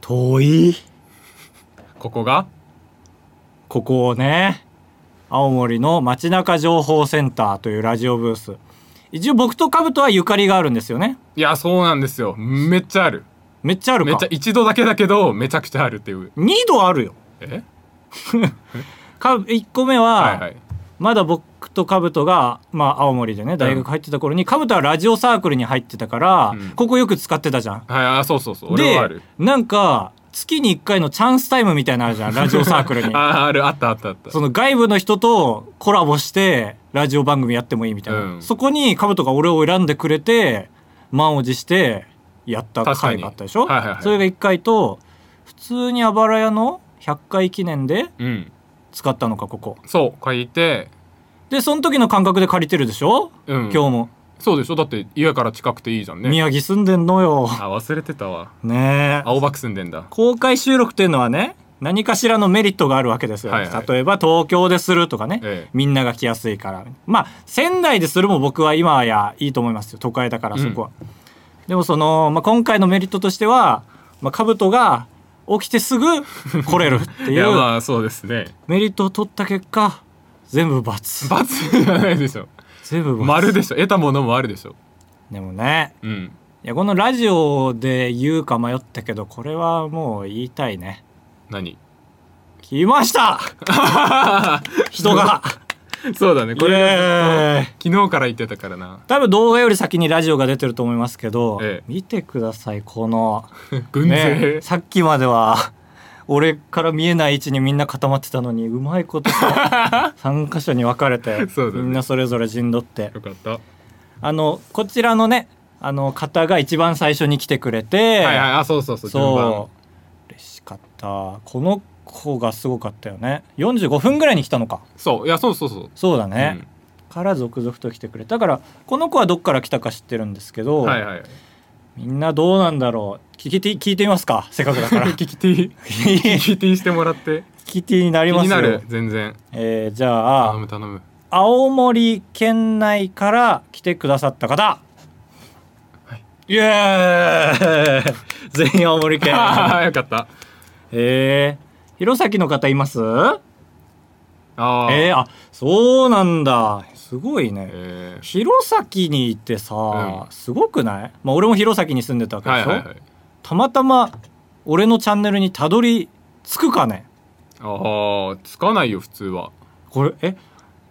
遠いここがここをね青森の街中情報センターというラジオブース一応僕とカブとはゆかりがあるんですよねいやそうなんですよめっちゃあるめっちゃあるめっかちゃ一度だけだけどめちゃくちゃあるっていう2度あるよえか1個目はいははいまだ僕とカブトが、まあ、青森でね大学入ってた頃にカブトはラジオサークルに入ってたから、うんここよく使ってたじゃん。はいあそうそうそう俺はあでるなんか月に1回のチャンスタイムみたいなのあるじゃんラジオサークルに。 ああるあったあったあったその外部の人とコラボしてラジオ番組やってもいいみたいな、うんそこにカブトが俺を選んでくれて満を持してやった回があったでしょ、確かにはいはいはいそれが1回と普通にあばら屋の100回記念でうん使ったのかここそう書いてでその時の感覚で借りてるでしょ、うん今日もそうでしょだって家から近くていいじゃんね宮城住んでんのよあ忘れてたわねえ青葉区住んでんだ公開収録っていうのはね何かしらのメリットがあるわけですよ、はいはい例えば東京でするとかね、ええみんなが来やすいからまあ仙台でするも僕は今やいいと思いますよ都会だからそこは、でもその、まあ、今回のメリットとしては、まあ、兜が起きてすぐ 来れるっていいやうまあそうですねメリットを取った結果全部×罰じゃないでしょ全部×丸でしょ得たものもあるでしょでもねうんいやこのラジオで言うか迷ったけどこれはもう言いたいね何来ました 人がそうだねここれれ昨日から言ってたからな多分動画より先にラジオが出てると思いますけど、ええ見てくださいこの、 軍勢ね、さっきまでは俺から見えない位置にみんな固まってたのにうまいことさ 3箇所に分かれて、そうだねみんなそれぞれ陣取ってよかったはあのこちらのねあの方が一番最初に来てくれて、いはいあそうそうそう順番そう嬉しかったこの子がすごかったよね45分ぐらいに来たのかそういやそうそうそうそうだね、から続々と来てくれただからこの子はどっから来たか知ってるんですけうど、んはいはいみんなどうなんだろう聞きて聞いてみますかせっかくだから聞き手聞 聞き手してもらってき手にな気りますによなる全然えーじゃ頼あむ 頼む青森県内から来てくださった方、イエーイ全員青森県ああよかったえー、弘前の方いますあーえー、あそうなんだすごいね、えー弘前にいてさ、うんすごくない、まあ、俺も弘前に住んでたわけではしいょ、はいはいたまたま俺のチャンネルにたどり着くかねああつかないよ普通はこれえ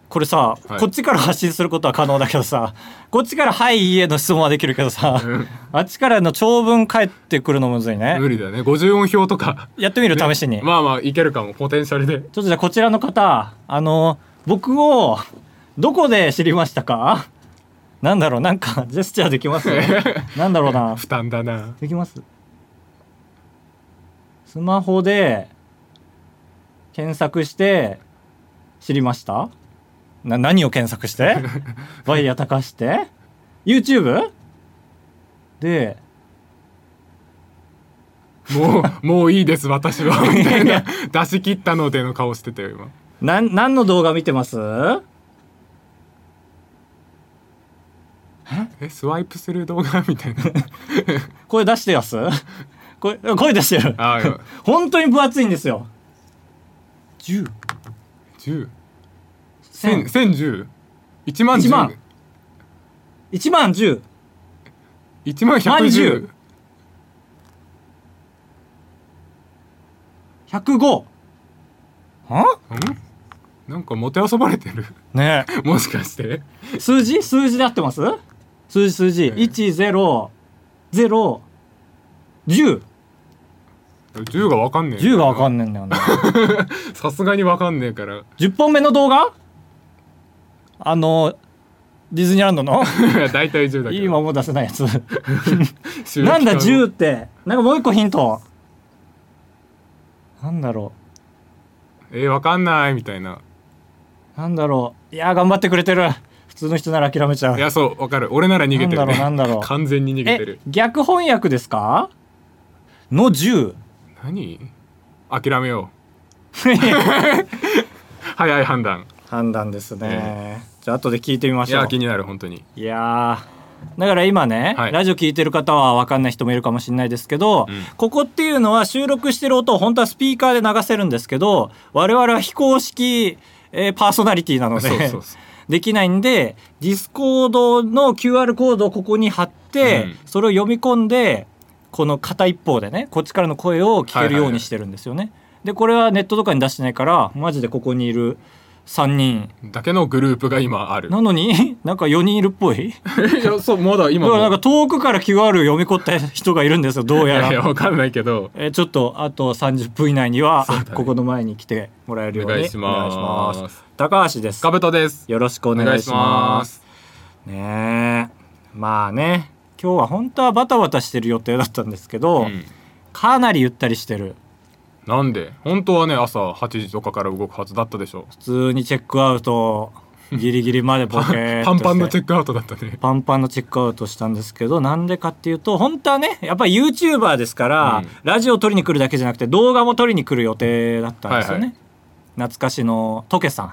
これさ、はいこっちから発信することは可能だけどさこっちから「はい」「いいえ」の質問はできるけどさ、うんあっちからの長文返ってくるのむずいね、無理だよね50音表とかやってみる試しに、ちょまあまあいけるかもポテンシャルでっとじゃあこちらの方あの僕をどこで知りましたかなんだろうなんかジェスチャーできます なんだろうな負担だなできますスマホで検索して知りましたな何を検索して バイヤー高して YouTube? で もうもういいです私はみたいな出し切ったのでの顔してたよ今なん何の動画見てますえスワイプする動画みたい な声出してます声声出してるあー本当に分厚いんですよ10 10 1000 1010 1万1 10万1万10 1万万110 10 105はなんかもてあそばれてる ねえもしかして数字数字で合ってます数字数字、え一ゼロゼロ1010 10がわかんねえがわかんねえんだよ ねさすがにわかんねえから 10本目の動画あのディズニーランドのだいたい10だけど今もう出 せないやつ収録 なんだ期間10ってなんかもう一個ヒントなんだろえー、わかんないみたいなうなんだろういやー頑張ってくれてる普通の人なら諦めちゃういやそうわかる俺なら逃げてなるねんだろうなんだろう完全に逃げてえる逆翻訳ですかの10何諦めよ う早い判断判断ですね、じゃあ後で聞いてみまいしょうや気になる本当にいやだから今ね、はいラジオ聞いてる方は分かんない人もいるかもしれないですけど、うんここっていうのは収録してる音を本当はスピーカーで流せるんですけど我々は非公式、えーパーソナリティなのでそうそうそできないんでディスコードの QR コードをここに貼って、うんそれを読み込んでこの片一方でねこっちからの声を聞けるようにしてるんですよね。でこれはネットとかに出してないからマジでここにいる3人だけのグループが今あるなのに なんか4人いるっぽい。いや そうまだ今だからなんもか遠くから QR を読み取った人がいるんですよどういややいやら。わかんないけどえちょっとあと30分以内には、そうだねここの前に来てもらえるようにお願いしますお願いします高橋ですかぶとですよろしくおお願いしますねえまあね今日は本当はバタバタしてる予定だったんですけど、願いしますかなりゆったりしてるうんなんで本当はね朝8時とかから動くはずだったでしょ普通にチェックアウトギリギリまでボケーっとして パンパンのチェックアウトだったね パンパンのチェックアウトしたんですけどなんでかっていうと本当はねやっぱり YouTuber ですから、うんラジオ撮りに来るだけじゃなくて動画も撮りに来る予定だったんですよね、はいは懐かしのトケさん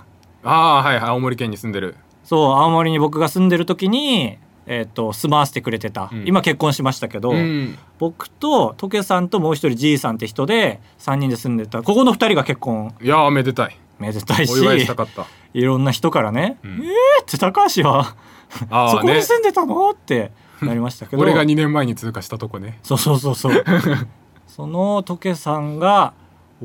ああはいはい青森県に住んでるそう青森に僕が住んでる時に、えっと住まわせてくれてた、うん今結婚しましたけど、ん僕とトケさんともう一人じいさんって人で3人で住んでたここの2人が結婚いやーめでたいめでたいおし祝いしたかったいろんな人からね「うんえー!」って高橋はあそあこねに住んでたのってなりましたけど俺が2年前に通過したとこねそうそうそうそう そのトケさんが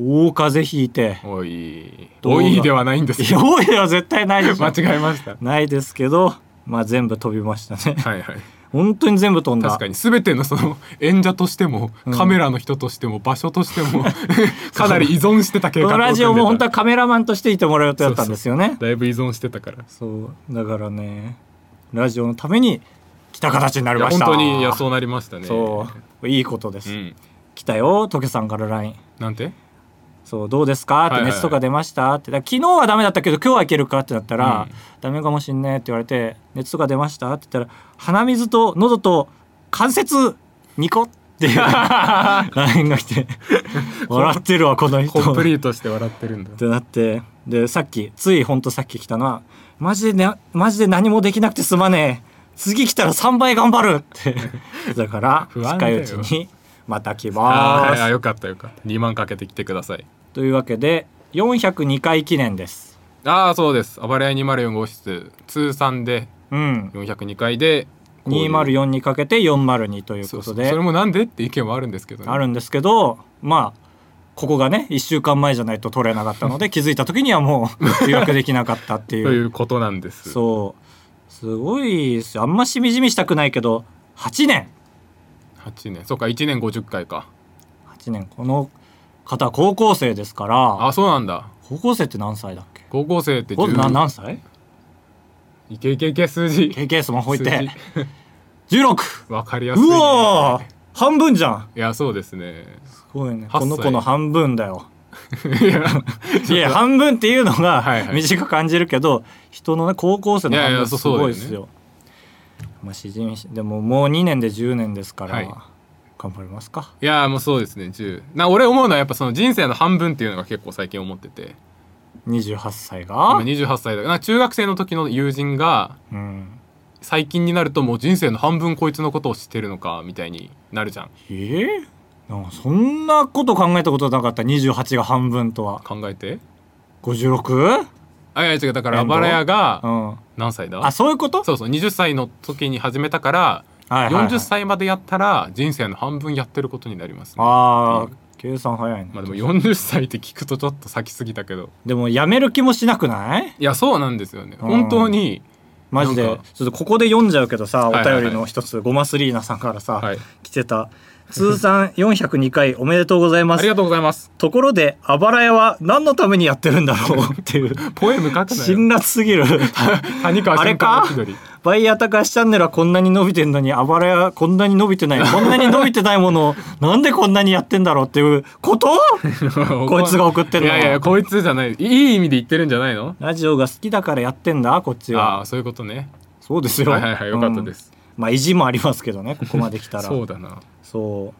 大風邪ひい ておい動画おいではないんですいけやど多いは絶対ないでしょ 間違えましたないですけどまあ全部飛びましたねはいはい本当に全部飛んだ確かに全てのその演者としてもうんカメラの人としても場 所としてもかなり依存してた計画このを組んでたラジオも本当はカメラマンとしていてもらう予定だったんですよねだいぶ依存してたからそうだからねラジオのために来た形にないりやまし本た当にいやそうなりましたねそういいことです、うん来たよトケさんから LINE なんてそうどうですかっはいてはいはい熱とか出ましたってだから昨日はダメだったけど今日はいけるかってなったら、うんダメかもしんねえって言われて熱とか出ましたって言ったら鼻水と喉と関節ニコって いう LINE が来て笑ってるわこの人コンプリートして笑ってるんだってなってでさっきついほんとさっき来たのはマジでなマジで何もできなくてすまねえ次来たら3倍頑張るって だから不安だ近いようちにまた来あーまはいあすよかったよかった2万かけてきてくださいというわけで402回記念ですああそうです暴れ屋204号室通算でうん402回でこういう2042にかけて402というそこうそとうでそれもなんでって意見はあるんですけどねあるんですけどまあここがね1週間前じゃないと取れなかったの で気づいた時にはもう予約できなかったってといいううことなんですそうすごいですよあんましみじみしたくないけど8年8年そうか1年50回か8年この方は高校生ですからあそうなんだ高校生って何歳だっけ高校生って高校10な何歳いけいけいけ数字 ?KK スマホ置い数て字16わかりやすい、うね、わー半分じゃんいやそうですね すごいね8歳この子の半分だよいやい や半分っていうのがはいはい短く感じるけど、人のね高校生の半いやい分やすそうごいですそうだよよ。まあしじみしでももう2年で10年ですから、はい頑張りますか。いやもうそうですね10な俺思うのはやっぱその人生の半分っていうのが結構最近思ってて28歳今が、 28歳だから中学生の時の友人がうん、最近になるともう人生の半分こいつのことを知ってるのかみたいになるじゃんえーなんかそんなこと考えたことなかった28が半分とは考えて 56? あいや違うだから遠藤暴れ屋うがん、何歳だあそういうことそうそう20歳の時に始めたからはいはいはい40歳までやったら人生の半分やってることになりますねあってあ計算早いね、まあでも40歳って聞くとちょっと先すぎたけどでもやめる気もしなくないいやそうなんですよねうん本当にマジでなんかちょっとここで読んじゃうけどさおはいはいはい便りの一つゴマスリーナさんからさ、はい来てた通算402回おめでとうございまありすがとうございますところであばら屋は何のためにやってるんだろ うっていうポエム書くなよ辛辣すぎる 谷川あれ俊か太の気取りバイヤー高橋チャンネルはこんなに伸びてんのにあばら屋はこんなに伸びてないこんなに伸びてないも のをなんでこんなにやってんだろうっていうこと こいつが送ってるのいやいやこいつじゃないいい意味で言ってるんじゃないのラジオが好きだからやってんだこっちああはそういうことねそうですよはいはいはいよかったで、す、うんまあ意地もありますけどねここまで来たら そうだなそ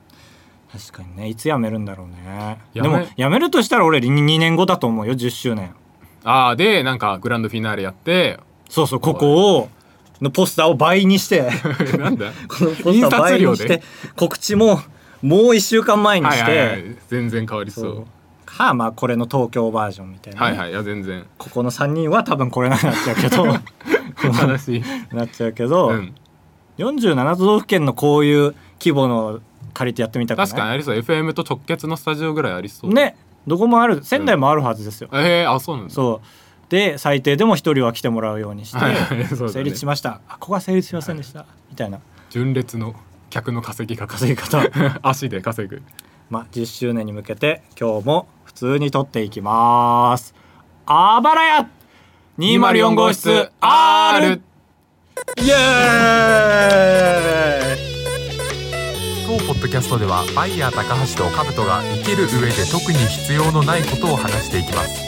う確かにねいつ辞めるんだろうねでやめも辞めるとしたら俺2年後だと思うよ10周年 ああでなんかグランドフィナーレやってそうそうここをのポスターを倍にして なんだこのポスターを倍にし印刷量て告知ももう1週間前にはいしはいはいて全然変わりそうそうかまあこれの東京バージョンみたいなね、はいはいいや全然ここの3人は多分これなっちゃうけ ど正しい、なっちゃうけど、うん、 47都道府県のこういう規模の借りてやってみたくない確かにありそう FM と直結のスタジオぐらいありそうねどこもある仙台もあるはずですよ、えー、あそうなんだそうで最低でも一人は来てもらうようにして、はいはいそうだね 成立しましたあここは成立しませんでした、みたいな純烈の客の稼ぎ方稼ぎ方 足で稼ぐまあ10周年に向けて今日も普通に撮っていきますあばらや204号室 R イエーイ当ポッドキャストではバイヤー高橋とカブトが生きる上で特に必要のないことを話していきます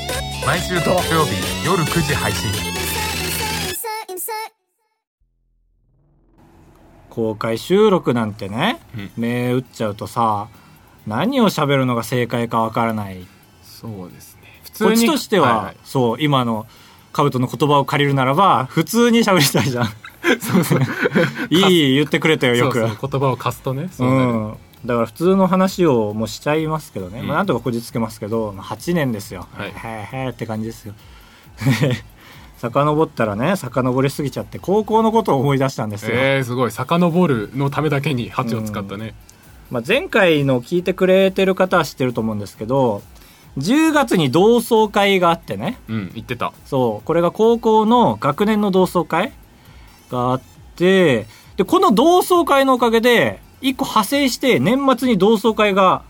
毎週土曜日夜9時配信 insert, insert. 公開収録なんてね、うん目打っちゃうとさ何を喋るのが正解かわからないそうですね普こっちとしては、いそう今のカブトの言葉を借りるならば普通に喋りたいじゃんい、そうそういい言ってくれたよよくそうそう言葉を貸すとねそううなる、んだから普通の話をもうしちゃいますけどね、うんまあ、なんとかこじつけますけど、まあ、8年ですよ、はいへーへーって感じですよ 遡ったらね遡りすぎちゃって高校のことを思い出したんですよ、えー、すごい遡るのためだけに鉢を使ったね、まあ、前回の聞いてくれてる方は知ってると思うんですけど10月に同窓会があってねうん言ってたそうこれが高校の学年の同窓会があってでこの同窓会のおかげで1個派生して年末に同窓会が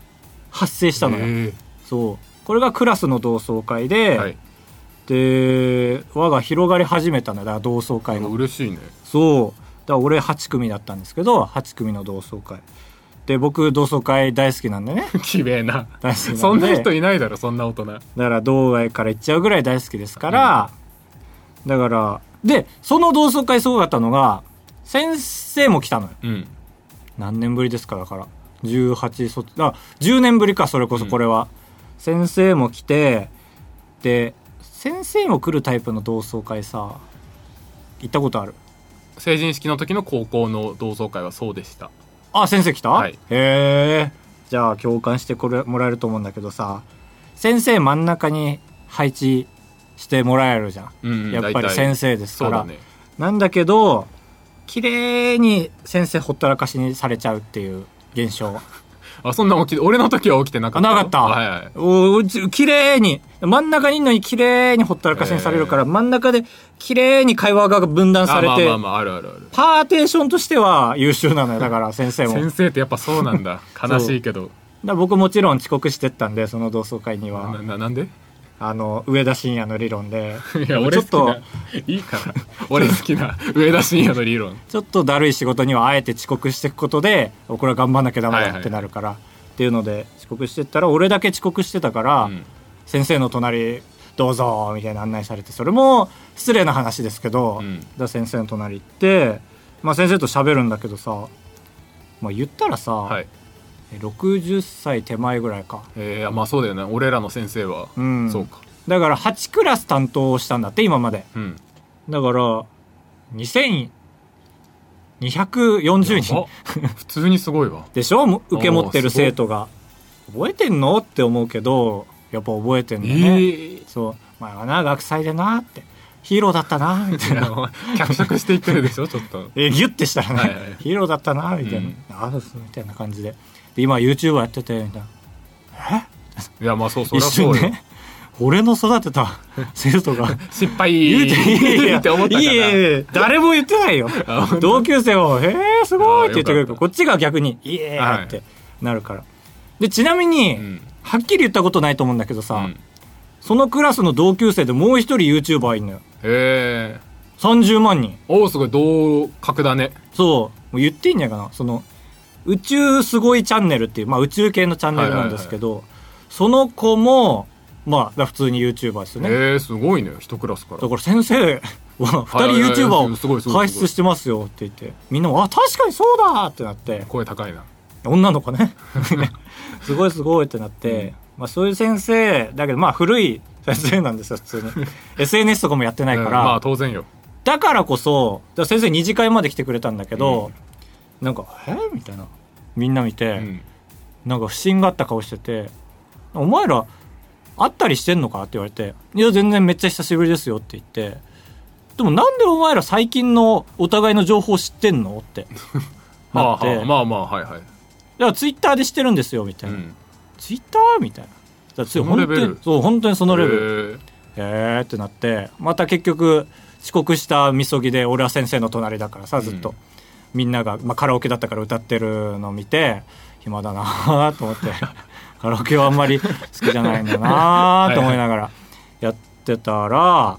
発生したのよ、えそうこれがクラスの同窓会で、ーはいで輪が広がり始めたんだよだから同窓会が嬉しいねそうだから俺8組だったんですけど8組の同窓会で僕同窓会大好きなんでね綺麗な大好きなんでそんな人いないだろそんな大人だから道外から行っちゃうぐらい大好きですから、だからでその同窓会すごかったのが先生も来たのようん何年ぶりですかだから18卒あ10年ぶりかそれこそこれは、先生も来てで先生も来るタイプの同窓会さ行ったことある成人式の時の高校の同窓会はそうでしたあ先生来た、はいへえじゃあ共感してこれもらえると思うんだけどさ先生真ん中に配置してもらえるじゃんうんうんやっぱ大り体先生ですそかうだら、ねなんだけど綺麗に先生ほったらかしにされちゃうっていう現 象あそんな起きて俺の時は起きてなかったよなかったはいはいおうち綺麗に真ん中にいるのに綺麗にほったらかしにされるから、真ん中で綺麗に会話が分断されあて、まあまあまああるあるあるパーテーションとしては優秀なのよだ から先生も先生ってやっぱそうな んだう悲しいけどだ僕もちろん遅刻してったんでその同窓会にはなななんであの上田晋也の理論 でいや俺ちょ好っきなといいから俺好きな上田晋也の理論ちょっとだるい仕事にはあえて遅刻していくことでこれは頑張んなきゃダメだってなるから、っていうので遅刻してったら俺だけ遅刻してたから、うん先生の隣どうぞみたいな案内されてそれも失礼な話ですけど、うんだから先生の隣行って、まあ、先生と喋るんだけどさ、まあ、言ったらさ、はい60歳手前ぐらいかえー、まあそうだよね俺らの先生は、うんそうかだから8クラス担当したんだって今までうんだから2240人あ普通にすごいわでしょも受け持ってるおーすごい生徒が覚えてんのって思うけどやっぱ覚えてんえだ ね、ー そう前はな学祭でなってヒーローだったなみ たいいやなお前脚色していってるでしょちょっとえギュッてしたらね、はいはいヒーローだったなみたいな、うんああそうみたいな感じでで今 YouTuber やっててみたいないやまあそうそえり一ゃそ瞬うよ、ね俺の育てた 生徒が失敗言うていやいや って思ったからいやいやいや誰も言ってないよ あ本当同級生も「へえすごい」って言ってくれるかあよかっらたこっちが逆に「イエーイ!」ってなるから、でちなみに、うんはっきり言ったことないと思うんだけどさ、うんそのクラスの同級生でもう一人 YouTuber いんのよえ30万人ー、おおすごい同格だねそうもう言っていいんじゃないかなその宇宙すごいチャンネルっていう、まあ、宇宙系のチャンネルなんですけど、その子もまあだから普通に YouTuber ですよね、えー、すごいね一クラスからだから先生ははいはい2人いやす YouTuber ごいすごいすをごい輩出してますよって言ってみんなも「あ確かにそうだ!」ってなって声高いな女の子ねすごいすごいってなって、まあ、そういう先生だけどまあ古い先生なんですよ普通に SNS とかもやってないから、うんまあ当然よだからこそだから先生二次会まで来てくれたんだけど、なんか「えみたいなみんな見て、うんなんか不審があった顔してて「お前ら会ったりしてんのか?」って言われて「いや全然めっちゃ久しぶりですよ」って言って「でもなんでお前ら最近のお互いの情報知ってんの?」ってはなっあて はあまあまあはいはい、いやツイッターでしてるんですよ」みたういな「ん、ツイッター?」みたいな。だからそのレベル本当にそう本当にそのレベルへえへーってなってまた結局遅刻したみそぎで俺は先生の隣だからさずっと、うんみんなが、まあ、カラオケだったから歌ってるのを見て暇だなーと思って カラオケはあんまり好きじゃないんだなーと思いながらやってたらあ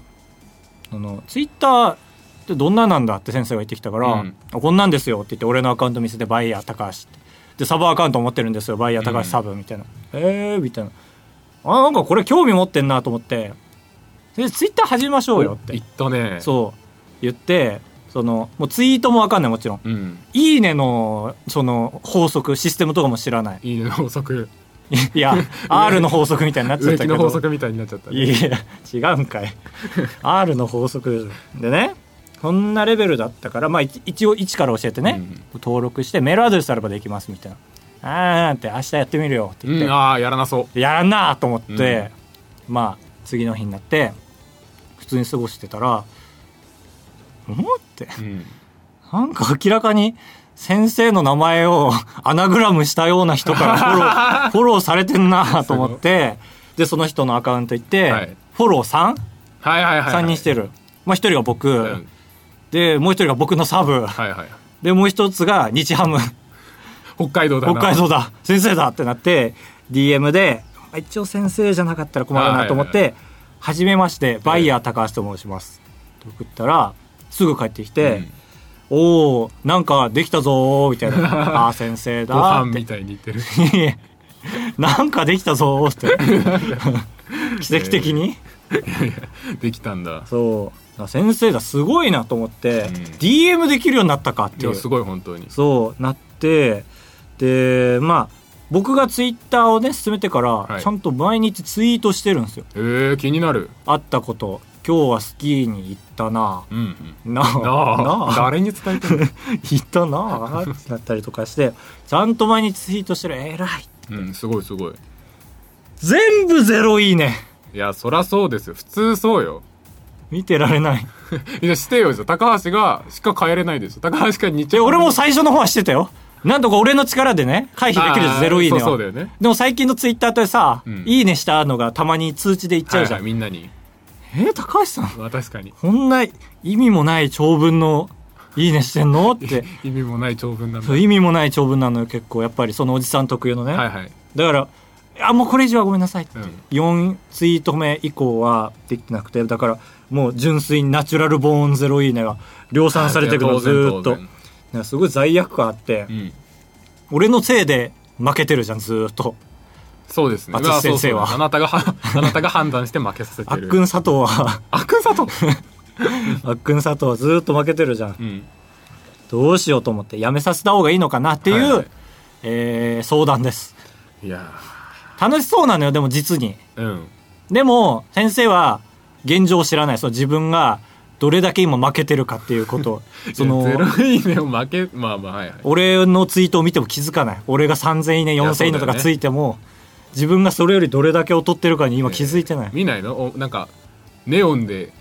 のツイッターってどんななんだって先生が言ってきたから「うんあこんなんですよ」って言って俺のアカウント見せて「バイヤー高橋」ってでサブアカウント持ってるんですよ「バイヤー高橋サブ」みたいな「えー」みたいなあなんかこれ興味持ってんなと思ってでツイッター始めましょうよっ言てったねそう言ってそのもうツイートもわかんないもちろんう、ん、いいねのその法則システムとかも知ら ないいいねの法則いや R の法則みたいになっちゃっ植たけ木どの法則みたいになっちゃったねいや違うんかい R の法則でしょでねこんなレベルだったからまあい一応一から教えてね、登録してメールアドレスあればできますみたいな「あー」って「明日やってみるよ」って言っうて、ん、ああやらなそやらんなと思って、まあ次の日になって普通に過ごしてたら「思ってう、うん、なんか明らかに先生の名前を アナグラムしたような人からフォロ ーフォローされてんなと思ってでその人のアカウント行って、はいフォロー 3?3 はいはいはい、はい、人してる、まあ1人が僕、うんでもう1人が僕のサブはいはいでもう1つが日ハム北海道だな北海道だ先生だってなって DM であ一応先生じゃなかったら困るなと思っあはいて「はじめましてバイヤー高橋と申します」って送ったらすぐ帰ってきて「おおなんかできたぞ」みたい な「あー先生ごだ」飯っみてたいに言ってる 「なんかできたぞ」って 奇跡的にできたんだそうあ先生だすごいなと思ってうん DM できるようになったかっていいやうすごい本当にそうなってでまあ僕がツイッターをね進めてから、いちゃんと毎日ツイートしてるんですよえー、気になるあったこと今日はスキーに行ったなうん、うん、なあなあなあ 誰に伝えてるの、行ったなあってなったりとかしてちゃんと毎日ツイートしてる偉いうん、すごいすごい全部ゼロいいねいやそらそうですよ普通そうよ見てられないいやしてよじゃあ高橋がしか帰れないですよ高橋が日で曜俺も最初の方はしてたよなんとか俺の力でね回避できるじあゃーんゼロいいねはそうそうだよねでも最近のツイッターってさ、うんいいねしたのがたまに通知でいっちゃうじゃん、はいはいみんなにえー高橋さんまあ確かにこんな意味もない長文のいいねしてんのって。意味もない長文なんだそう意味もない長文なのよ結構やっぱりそのおじさん特有のね、はいはいだからあもうこれ以上はごめんなさいって、うん4ツイート目以降はできてなくてだからもう純粋にナチュラルボーンゼロいいねが量産されてくのずーっ当と然なんかすごい罪悪感あって、当然うん俺のせいで負けてるじゃんずーっとそうですね松井先生はうわそうそうあなたがあなたが判断して負けさせあてっるくん佐藤は あっくんさとあっくん佐藤はずーっと負けてるじゃんうんどうしようと思ってやめさせた方がいいのかなっていう、はいはいえー相談ですいや楽しそうなのよでも実にーうんでも先生は現状を知らないその自分がどれだけ今負けてるかっていうことそのいやゼロいいねを負けまあまあはいはい俺のツイートを見ても気づかない俺が3000いいねや4000いいねとかそうだよねついても、自分がそれよりどれだけ劣ってるかに今気づいてない、見ないのおなんかネオンで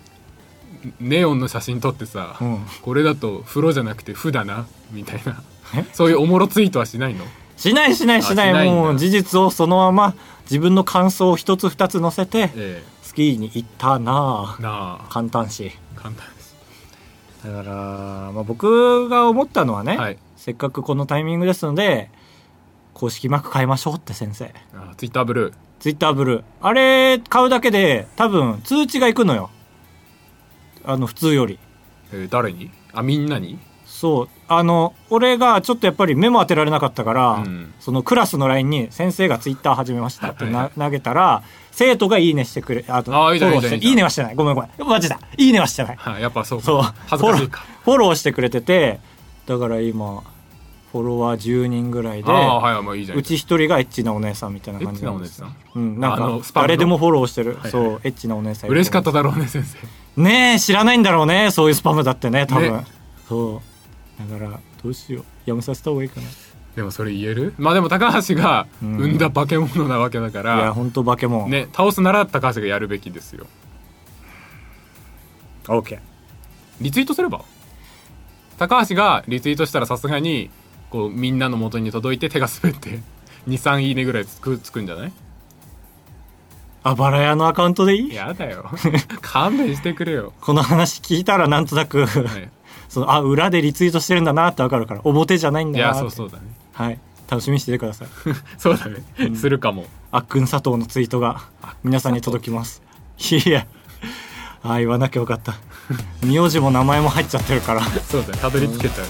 ネオンの写真撮ってさ、うんこれだと風呂じゃなくて「ふ」だなみたいなえそういうおもろツイートはしないのしないしないしないあしないんだもう事実をそのまま自分の感想を一つ二つ載せてえスキーに行ったなえなああ簡単し簡単ですだから、まあ、僕が思ったのはね、はいせっかくこのタイミングですので公式マーク買いましょうって先生あツイッターブルーツイッターブルーあれ買うだけで多分通知がいくのよあの普通よりえー誰にあみんなにそうあの俺がちょっとやっぱり目も当てられなかったから、うんそのクラスの LINE に「先生がツイッター始めました」ってな投げたら生徒が「いいね」してくれあとあーいいじゃんフォローしていいいじいねゃんいいじゃんはしてないごめんごめんマジだいいねはしてないはやっぱそうかそう恥ずかしいかフォローフォローしてくれててだから今フォロワー10人ぐらいで、ああはいまあいいじゃんうち一人がエッチなお姉さんみたいなエッ感じチなお姉さんうん、なんあかのスパムの誰でもフォローしてる、はいそうエッチなお姉さん嬉しかっただろうね先生ねえ知らないんだろうねそういうスパムだってね多分ねそうだからどうしようやめさせた方がいいかないでもそれ言えるまあでも高橋がうん生んだ化け物なわけだかやら、ほんと化け物、ね倒すなら高橋がやるべきですよ OK リツイートすれば高橋がリツイートしたらさすがにこうみんなの元に届いて手が滑って23いいねぐらいつくつくんじゃないあばら屋のアカウントでいいやだよ 勘弁してくれよ、この話聞いたらなんとなくね そのあ裏でリツイートしてるんだなってわかるから表じゃないんいだなやってそうそうだねはい楽しみにしててくださいそうだね、するかもあっくん佐藤のツイートが皆さんに届きますいやあ言わなきゃよかった名字も名前も入っちゃってるからそうだねたどり着けちゃう、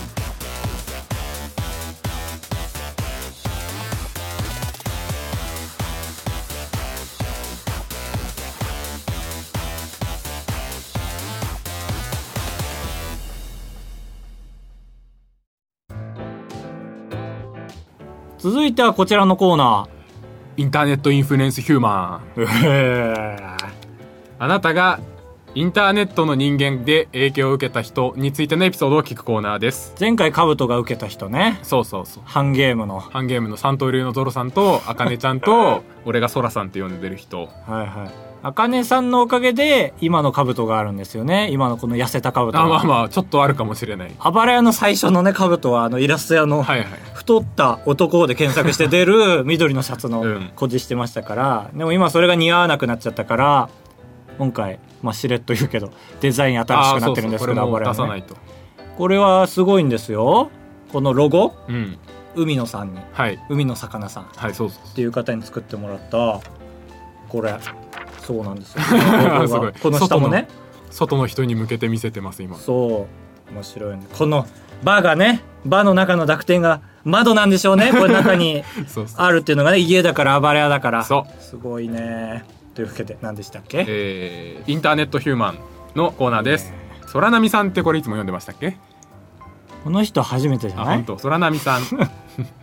続いてはこちらのコーナインターネットインフルエンスヒューマンーあなたがインターネットの人間で影響を受けた人についてのエピソードを聞くコーナーです前回カブトが受けた人ねそうそうそうハンゲームのハンゲームの三刀流のゾロさんとあかねちゃんと俺がソラさんって呼んでるは人いはいあかねさんのおかげで今のカブトがあるんですよね今のこの痩せたカブトあまあまあちょっとあるかもしれないあばら屋の最初のねカブトはあのイラスト屋の、はいはい太った男で検索して出 る緑のシャツのうん誇示してましたから、でも今それが似合わなくなっちゃったから今回、まあ、しれっと言うけどデザイン新しあくあなそっうてるんでそすうこけれども我出々さはなねいと、これはすごいんですよこのロゴうん海野さんにはい海の魚さんっはいそうそうそていう方に作ってもらったこれそうなん ですよあすごいこの下もねう外の人に向けて見せてます今そう面白いねこのバーがねバーの中の濁点が窓なんでしょうねこれ中に そうそうあるっていうのがね家だから暴れ屋だからそうすごいねというわけで何でしたっけえーインターネットヒューマンのコーナーです空波さんってこれいつも読んでましたっけこの人初めてじゃあな本い当空波さん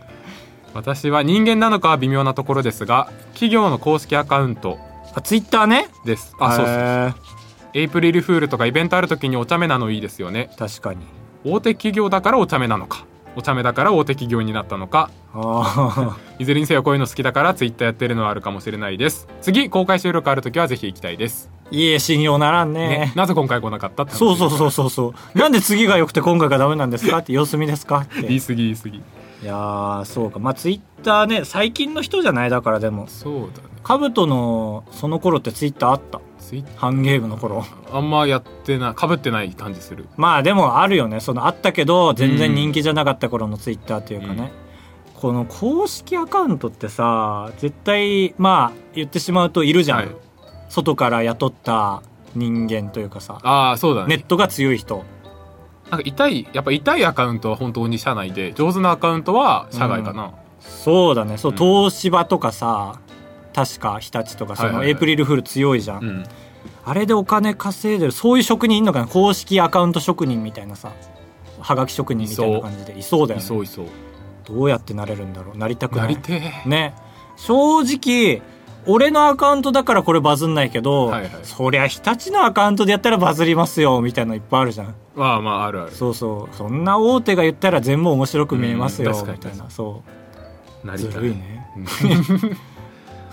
私は人間なのかは微妙なところですが企業の公式アカウントあツイッターねですあそうそううエイプリルフールとかイベントある時にお茶目なのいいですよね確かに大手企業だからお茶目なのかお茶目だから大手企業になったのかあ いずれにせよこういうの好きだからツイッターやってるのはあるかもしれないです次公開収録ある時はぜひ行きたいです、ーいいえ信用ならんねね、なぜ今回来なかったって話そうそうそうそうそうなんで次が良くて今回がダメなんですかって様子見ですかって言いい過ぎ言い過ぎやーそうかまあツイッターね最近の人じゃないだからでもそうだねカブトのその頃ってツイッターあったツイッハンゲームの頃 あんまやってないかぶってない感じするまあでもあるよねそのあったけど全然人気じゃなかった頃のツイッターというかね、この公式アカウントってさ絶対まあ言ってしまうといるじゃん、はい外から雇った人間というかさああそうだねネットが強い人なんか痛いやっぱ痛いアカウントは本当に社内で上手なアカウントは社外かな、そうだねそう、うん東芝とかさ確か日立とかそはいのはいはいエイプリルフール強いじゃん、うん、あれでお金稼いでるそういう職人いんのかな公式アカウント職人みたいなさはがき職人みたいな感じでいそうだよいねそういそうどうやってなれるんだろうなりたくなないりてえね正直俺のアカウントだからこれバズんないけど、はいはいそりゃ日立のアカウントでやったらバズりますよみたいなのいっぱいあるじゃんまあまああるあるそうそうそんな大手が言ったら全部面白く見えますようん確かみにたいなそうなりずたるいねう ん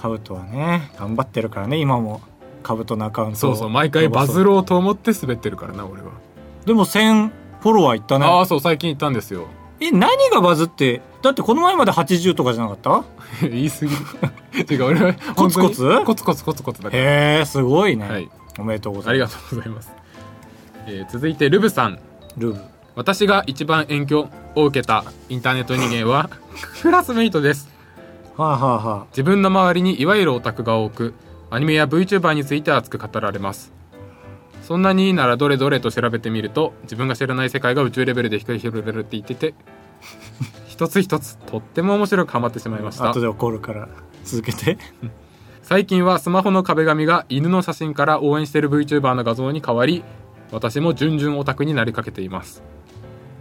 カブトはね頑張ってるからね今もカブトのアカウントそうそう毎回バズろうと思って滑ってるからな俺は、でも1000フォロワーいったあねあそう最近行ったんですよえ何がバズってだってこの前まで80とかじゃなかった 言い過ぎ 違う俺は本当にコツコツコツコツコツコツだからへえすごいね、はいおめでとうござあいりまがすとうございます、えー続いてルブさんルーブ私が一番影響を受けたインターネット人間は クラスメイトですはあはあはあ自分の周りにいわゆるオタクが多くアニメや VTuber について熱く語られますそんなにいいならどれどれと調べてみると自分が知らない世界が宇宙レベルで光り広げるって言ってて 一つ一つとっても面白くハマってしまいました後で怒るから続けて最近はスマホの壁紙が犬の写真から応援している VTuber の画像に変わり私も順々オタクになりかけています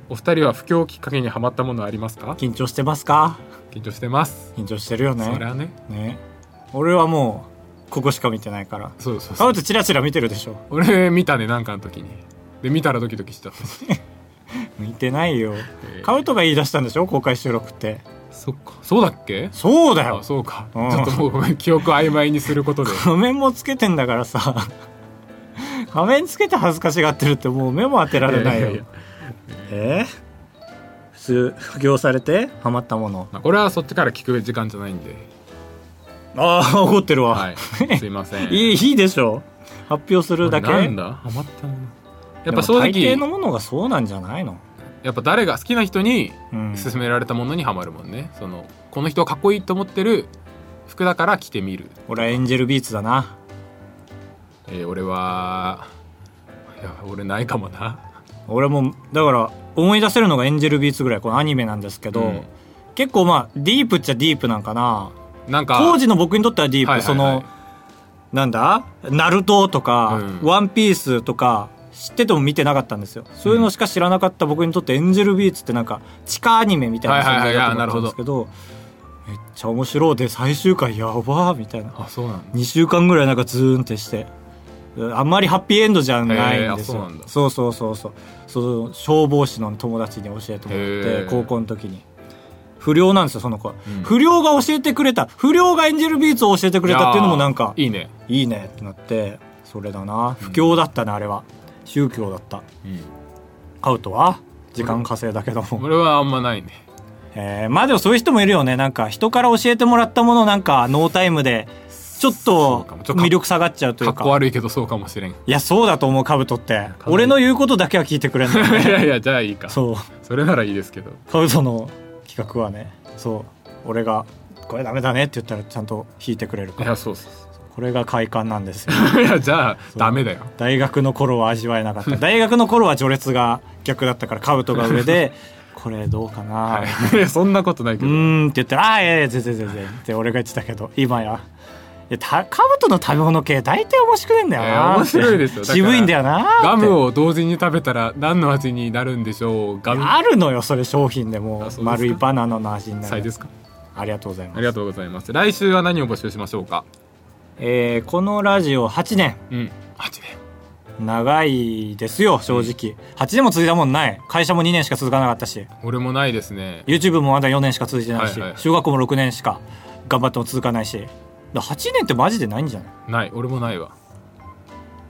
お二人は不況きっかけにハマったものはありますか緊張してますか緊張してます、緊張してるよそりねゃねね俺はもうここしか見てないからそうそうカそうウトチラチラ見てるでしょ俺見たねなんかの時にで見たらドキドキしちゃったし見てないよえーカウトが言い出したんでしょ公開収録ってそっかそうだっけそうだあよそうか、うんちょっともうごめん記憶曖昧にすることで仮面もつけてんだからさ仮面つけて恥ずかしがってるってもう目も当てられないよいやいやいやえー普通布教されてハマったものまあこれはそっちから聞く時間じゃないんでああ怒ってるわ、はいい、す いませんいいいでしょ発表するだけなんだハマったものややっぱ正大抵の直ものがそうなんじゃないの、やっぱ誰が好きな人にうん、勧められたものにハマるもんねそのこの人かっこいいと思ってる服だから着てみる、俺はエンジェルビーツだなえー俺はいや俺ないかもな俺もだから思い出せるのがエンジェルビーツぐらいこのアニメなんですけど、うん結構まあディープっちゃディープなんかななんか当時の僕にとってはディープ、はいはいはいそのなんだナルトとか、うんワンピースとか知ってても見てなかったんですよそういうのしか知らなかった僕にとってエンジェルビーツってなんか地下アニメみたいな存在だと思ったんですけど,、めっちゃ面白いで最終回やばーみたいなあそうなんだ2週間ぐらいなんかズーンってしてあんまりハッピーエンドじゃないんですへよーあそうなんだそうそうそうそうそう消防士の友達に教えてもらっへーて高校の時に不良なんですよその子、ん不良が教えてくれた不良がエンジェルビーツを教えてくれたっていうのもなんかいやーいいね、いいねってなってそれだな不況だったねあれは宗教だったカウトは時間稼いだけども、俺はあんまないねえーまあでもそういう人もいるよねなんか人から教えてもらったものなんかノータイムでちょっそうとかもちょっと魅力下がっちゃうといかうっかこ悪いけどそうかもしれんいいや、そうだと思う、カブトって。ト俺の言うことだけは聞いてくれんのよ ね。 やいやじゃあいいかそそう。れならいいですけどカブトの企画はね、そう。俺が、これダメだねって言ったらちゃんと弾いてくれるいから。やそうそうそこれが快感なんですよ。う いやじゃあダメだよ大学の頃は味わえなかった。大学の頃は序列が逆だったから、カブトが上 で、これどうかな、はい そんなことないけうどーんって言ったら、ああ、いやいや、全然全然って俺が言ってたけど、今や。いやたカブトの食べ物系大体面白いんだよいやな面白いですよだから渋いんだよなガムをを同時に食べたら何の味になるんでしょうガムあるのよそれ商品でもあそうですか丸いバナナの味にな菜るですかありがとうございますありがとうございます来週は何を募集しましょうかえーこのラジオ8年うん8年長いですよ正直、8年も続いたもんない会社も2年しか続かなかったし俺もないですね YouTube もまだ4年しか続いてないし、はいはい修学校も6年しか頑張っても続かないしだ8年ってマジでないんじゃないない俺もないわ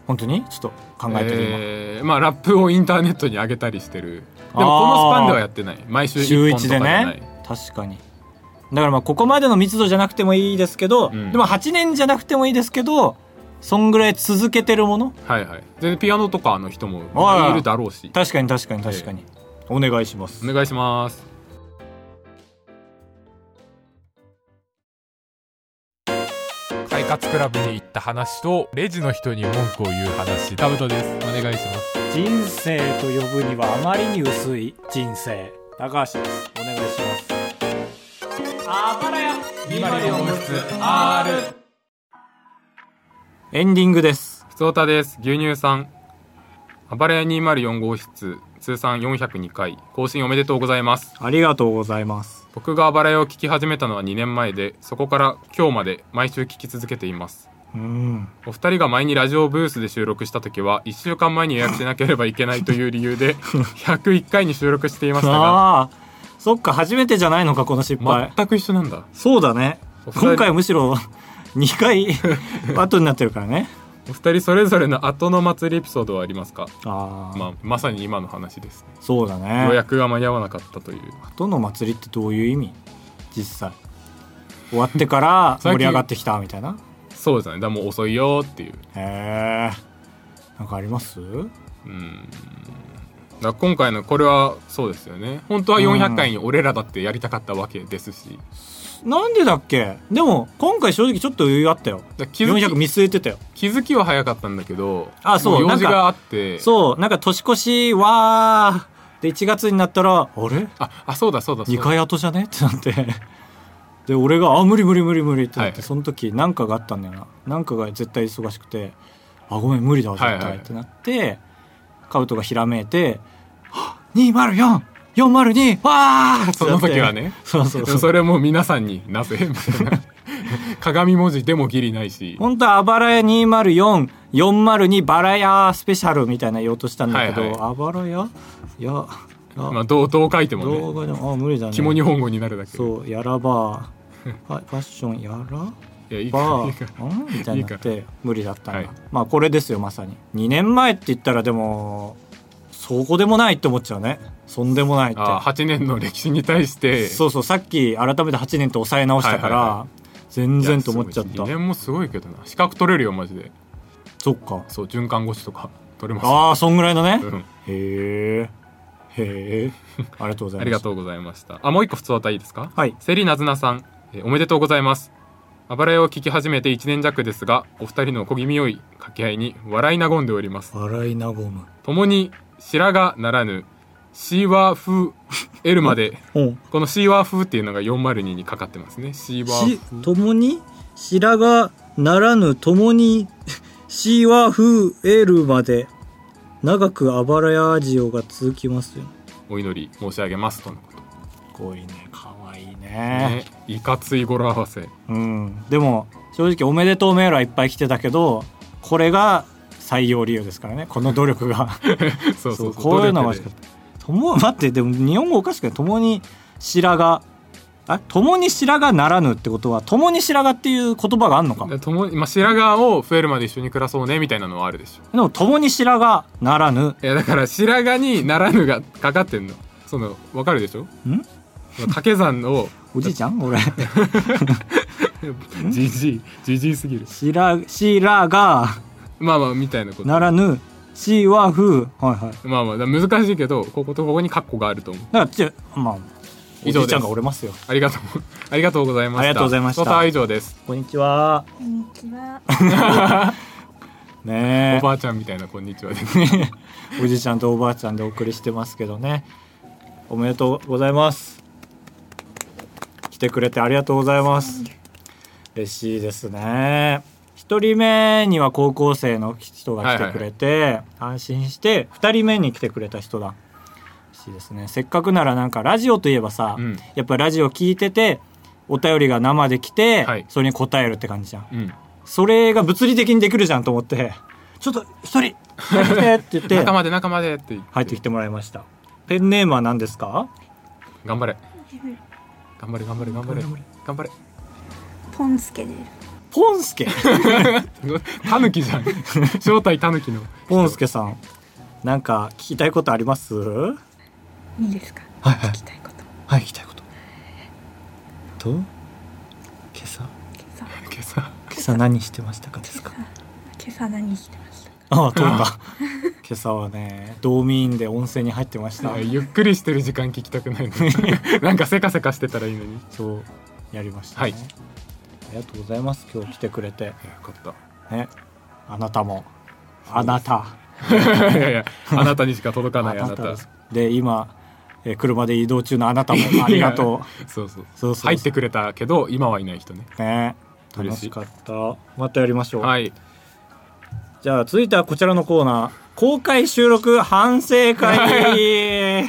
本当にちょっと考えてる今、えーまあラップをインターネットに上げたりしてるでもこあーのスパンではやってない毎週週1本1とかじでゃないね確かにだからまあここまでの密度じゃなくてもいいですけど、うんでも8年じゃなくてもいいですけどそんぐらい続けてるものはいはい全然ピアノとかの人もあーいるだろうし確かに確かに確かに、お願いしますお願いします快活クラブに行った話とレジの人に文句を言う話タブトですお願いします人生と呼ぶにはあまりに薄い人生高橋ですお願いしますあばらやエンディングですふつおたです牛乳さんあばれや204号室通算402回更新おめでとうございますありがとうございます僕があばらやを聞き始めたのは2年前でそこから今日まで毎週聞き続けていますうんお二人が前にラジオブースで収録した時は1週間前に予約しなければいけないと いう理由で101回に収録していましたがああそっか初めてじゃないのかこの失敗、全く一緒なんだそうだねお二人今回むしろ 2回 後になってるからねお二人それぞれの後の祭りエピソードはありますか、ああ、まあ、まさに今の話ですねそうだ予ね約が間に合わなかったという後の祭りってどういう意味実際終わって から盛り上がってきたみたいなそうですねだからもう遅いよっていうへえなんかありますうんだから今回のこれはそうですよね本当は400回に俺らだってやりたかったわけですし、なんでだっけでも今回正直ちょっと余裕あったよだから気づ400き見据えてたよ気づきは早かったんだけどあそう用事なんかがあってそうなんか年越しわーで1月になったらあれああそうだそうだそう2だ回後じゃねってなって で俺が「あ無理無理無理無理」ってなって、はいその時なんかがあったんだよななんかが絶対忙しくて「あごめん無理だわ絶はいは対」いってなって、カブトがひらめいてはっ204、402、わーその時はね そうそうでそうも。それも皆さんになぜ みたいな鏡文字でもギリないし本当はあばらや204、402バラヤスペシャルみたいな言おうとしたんだけど、はいはいあばらやいや、や、まあどうどう書いても動画ねでも、あ、無理だね。肝日本語になるだけそう、やらば、ファファッションやらいやいいかばいいかうんみたいになって無理だったんだ、はいまあこれですよまさに2年前って言ったらでもそこでもないって思っちゃうねそんでもないってあ8年の歴史に対してそうそうさっき改めて8年と抑え直したから、はいはい全然と思っちゃった2年もすごいけどな資格取れるよマジでそっかそう循環護士とか取れますああそんぐらいのね、うんへえへえありがとうございますありがとうございましたあもう一個普通たいいですかはいセリナズナさん、えーおめでとうございますあばらやを聞き始めて1年弱ですがお二人の小気味良い掛け合いに笑い和んでおります笑いなごむ共に白髪ならぬシーワー風 L まで うんこのシーワー風っていうのが402にかかってますねシーワーし共に白髪ならぬ共に シーワフエルまで長くあばらや味をが続きますよお祈り申し上げますとのこと、すごいねかわいいねね、いかつい語呂合わせうんでも正直おめでとうメールはいっぱい来てたけどこれが採用理由ですからねこの努力がそうそうそうこういうのが欲努しか力でった共待ってでも日本語おかしくない共に白髪あ共に白髪ならぬってことは共に白髪っていう言葉があるのかもで共にまあ、白髪を増えるまで一緒に暮らそうねみたいなのはあるでしょでも共に白髪ならぬいやだから白髪にならぬがかかってんのそのわかるでしょん掛け算 をおじいちゃん 俺じじいじじいすぎる白白髪まあまあみたいなことならぬしはふはいはいだかまあまあだから難しいけどこことここにカッコがあると思うらちゅまあおじ以上ですいちゃんが折れますよありがとう ありがとうございましたありがとうございましたソーター以上ですこんにちはこんにちは。ねおばあちゃんみたいなこんにちはでえおじいちゃんとおばあちゃんでお送りしてますけどねおめでとうございます来てくれてありがとうございます嬉しいですね一人目には高校生の人が来てくれて、安心して二人目に来てくれた人だ嬉しいですねせっかくならなんかラジオといえばさ、うんやっぱラジオ聞いててお便りが生で来て、はいそれに答えるって感じじゃんうんそれが物理的にできるじゃんと思ってちょっと一人入ってきてって言って仲間で仲間でって言って入ってきてもらいましたペンネームは何ですか頑張れ頑張れ頑張れ頑張れ頑張れポンスケです。ポンスケタヌキ じゃん正体タヌキのポンスケさんなんか聞きたいことありますはいいですか。いはい聞きたいこと。はい聞きたいことと今朝今朝、今今朝今朝何してましたかです朝、今朝何してましたか。ああ飛んだ今朝はね道民で温泉に入ってましたいやゆっくりしてる時間聞きたくないの なんかせかせかしてたらいいのによそうやりました、ね、はいありがとうございます今日来てくれてかったねあなたもあなたいやいや、あなたにしか届かないあなた。ですで今、えー車で移動中のあなたもありがとそうそそう。うそうそう入ってくれたけど、今はいない人ね。うね楽嬉ししいかったまたやりましょう、はい。じゃあ続いてはこちらのコーナー公開収録反省会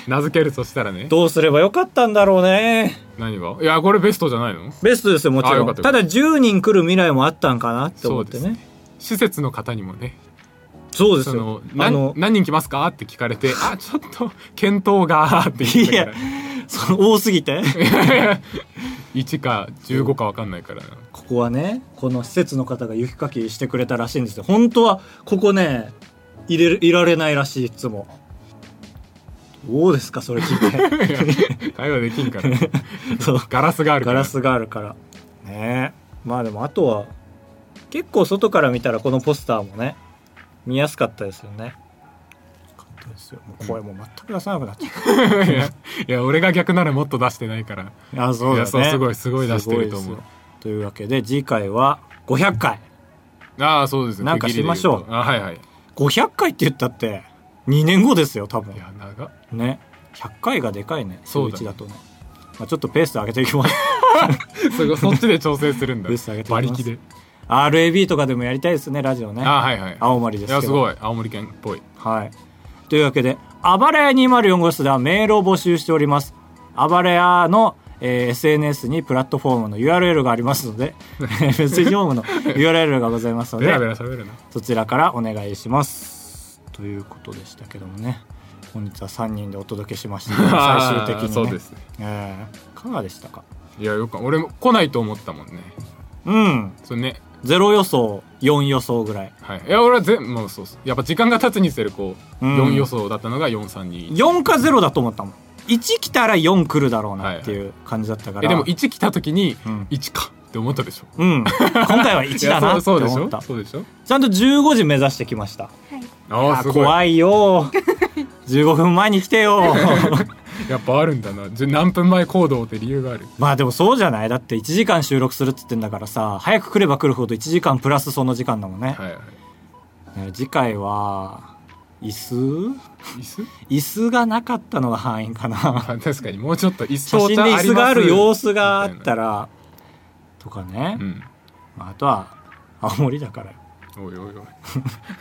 名付けるとしたらね。どうすればよかったんだろうね何がいや、これベストじゃないのベストですよもちあよろかんったたよかだ10人来る未来もあったんかなって思ってね施設の方にもね、そうですそのよ、あなの何人来ますかって聞か れて、あ、ちょっと、検討が、って言っいてたやから。その多すぎ て1か15か分かんないからな。ここはねこの施設の方が雪かきしてくれたらしいんですよ本当はここね入れるいられないらしいいつもどうですかそれ聞い いや会話できんから。てそうガラスがあるかガら。ラスがあるからねえまあでもあとは結構外から見たらこのポスターもね見やすかったですよねよかったですよもう声も全く出さなくなっちゃっいやいや、俺が逆ならもっと出してないから。たあそうだいねやそうすごいすごい出してると思うすごいですよというわけで次回は500回ああ、そうですねなんかしましょう区切りで言とあ、はいはい。 500回って言ったって2年後ですよ多分いや、長っ。ね100回がでかいねそそううだ1ねだとねまあ、ちょっとペース上げていきます すごいそっちで調整するんだブース上げていきま馬す力で RAB とかでもやりたいですねラジオねあはいはい青森ですいけどやすごい青森県っぽいはいというわけで、暴れ屋204号室ではメールを募集しております。暴れ屋の、えー SNS にプラットフォームの URL がありますの で、メッセージフォームの URL がございますのベ ラベで、ラ喋るなそちらからお願いします。ということでしたけどもね、本日は3人でお届けしました、最終的に、ね。 あーそうですねえーいかがでしたかいやよく俺も来ないと思ったもんねうん。それね0予想、4予想ぐらい。はいいや俺は全もうそうそうやっぱ時間が経つにつれこう、うん4予想だったのが432 4か0だと思ったもん。1来たら4来るだろうなっていう感じだったから。えでも1来た時にうん1かって思ったでしょうん、今回は1だいなやってそうそうでし思っょたそうでしょちゃんと15時目指してきましたはい。あああーすごい怖いよ15分前に来てよ やっぱあるんだなじゅ何分前行動って理由があるまあでもそうじゃないだって1時間収録するっつってんだからさ早く来れば来るほど1時間プラスその時間だもんね、はいはいね次回は椅子椅子椅子がなかったのが範囲か なあ確かにもうちょっと椅子写真で椅子がある様子があっみたいらとかね、なうんまあ、あとは青森だからよおいおいお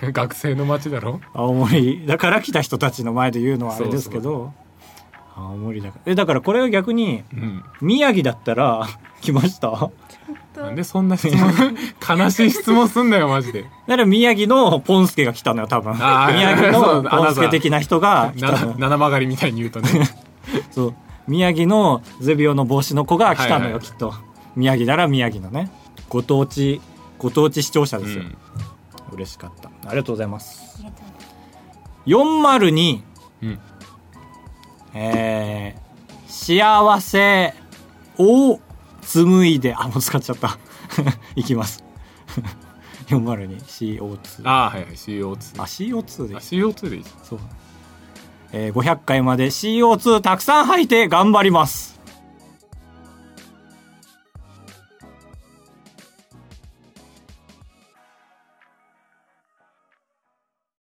い 学生の街だろ青森だから来た人たちの前で言うのはあれですけど青森だからえだからこれは逆にうん宮城だったら 来ましただかなんでそんな質問 悲しい質問すんなよマジでら宮城のポンスケが来たのよ多分あー宮城そうのアナザーポンスケ的な人が 来た七のよ七曲がりみたいに言うとねそう宮城のゼビオの帽子の子が来たのよ、はいはいきっと宮城なら宮城のねご当地ご当地視聴者うですよ、ん嬉しかったありがとうございますありがとうござい402うんえー、幸せを紡いで、あ、もう使っちゃった。 いきます。402CO2。あ、ああはいはい CO2 CO2 であいい CO2 でいいじゃんそう。えー、500回まで CO2 たくさん吐いて頑張ります。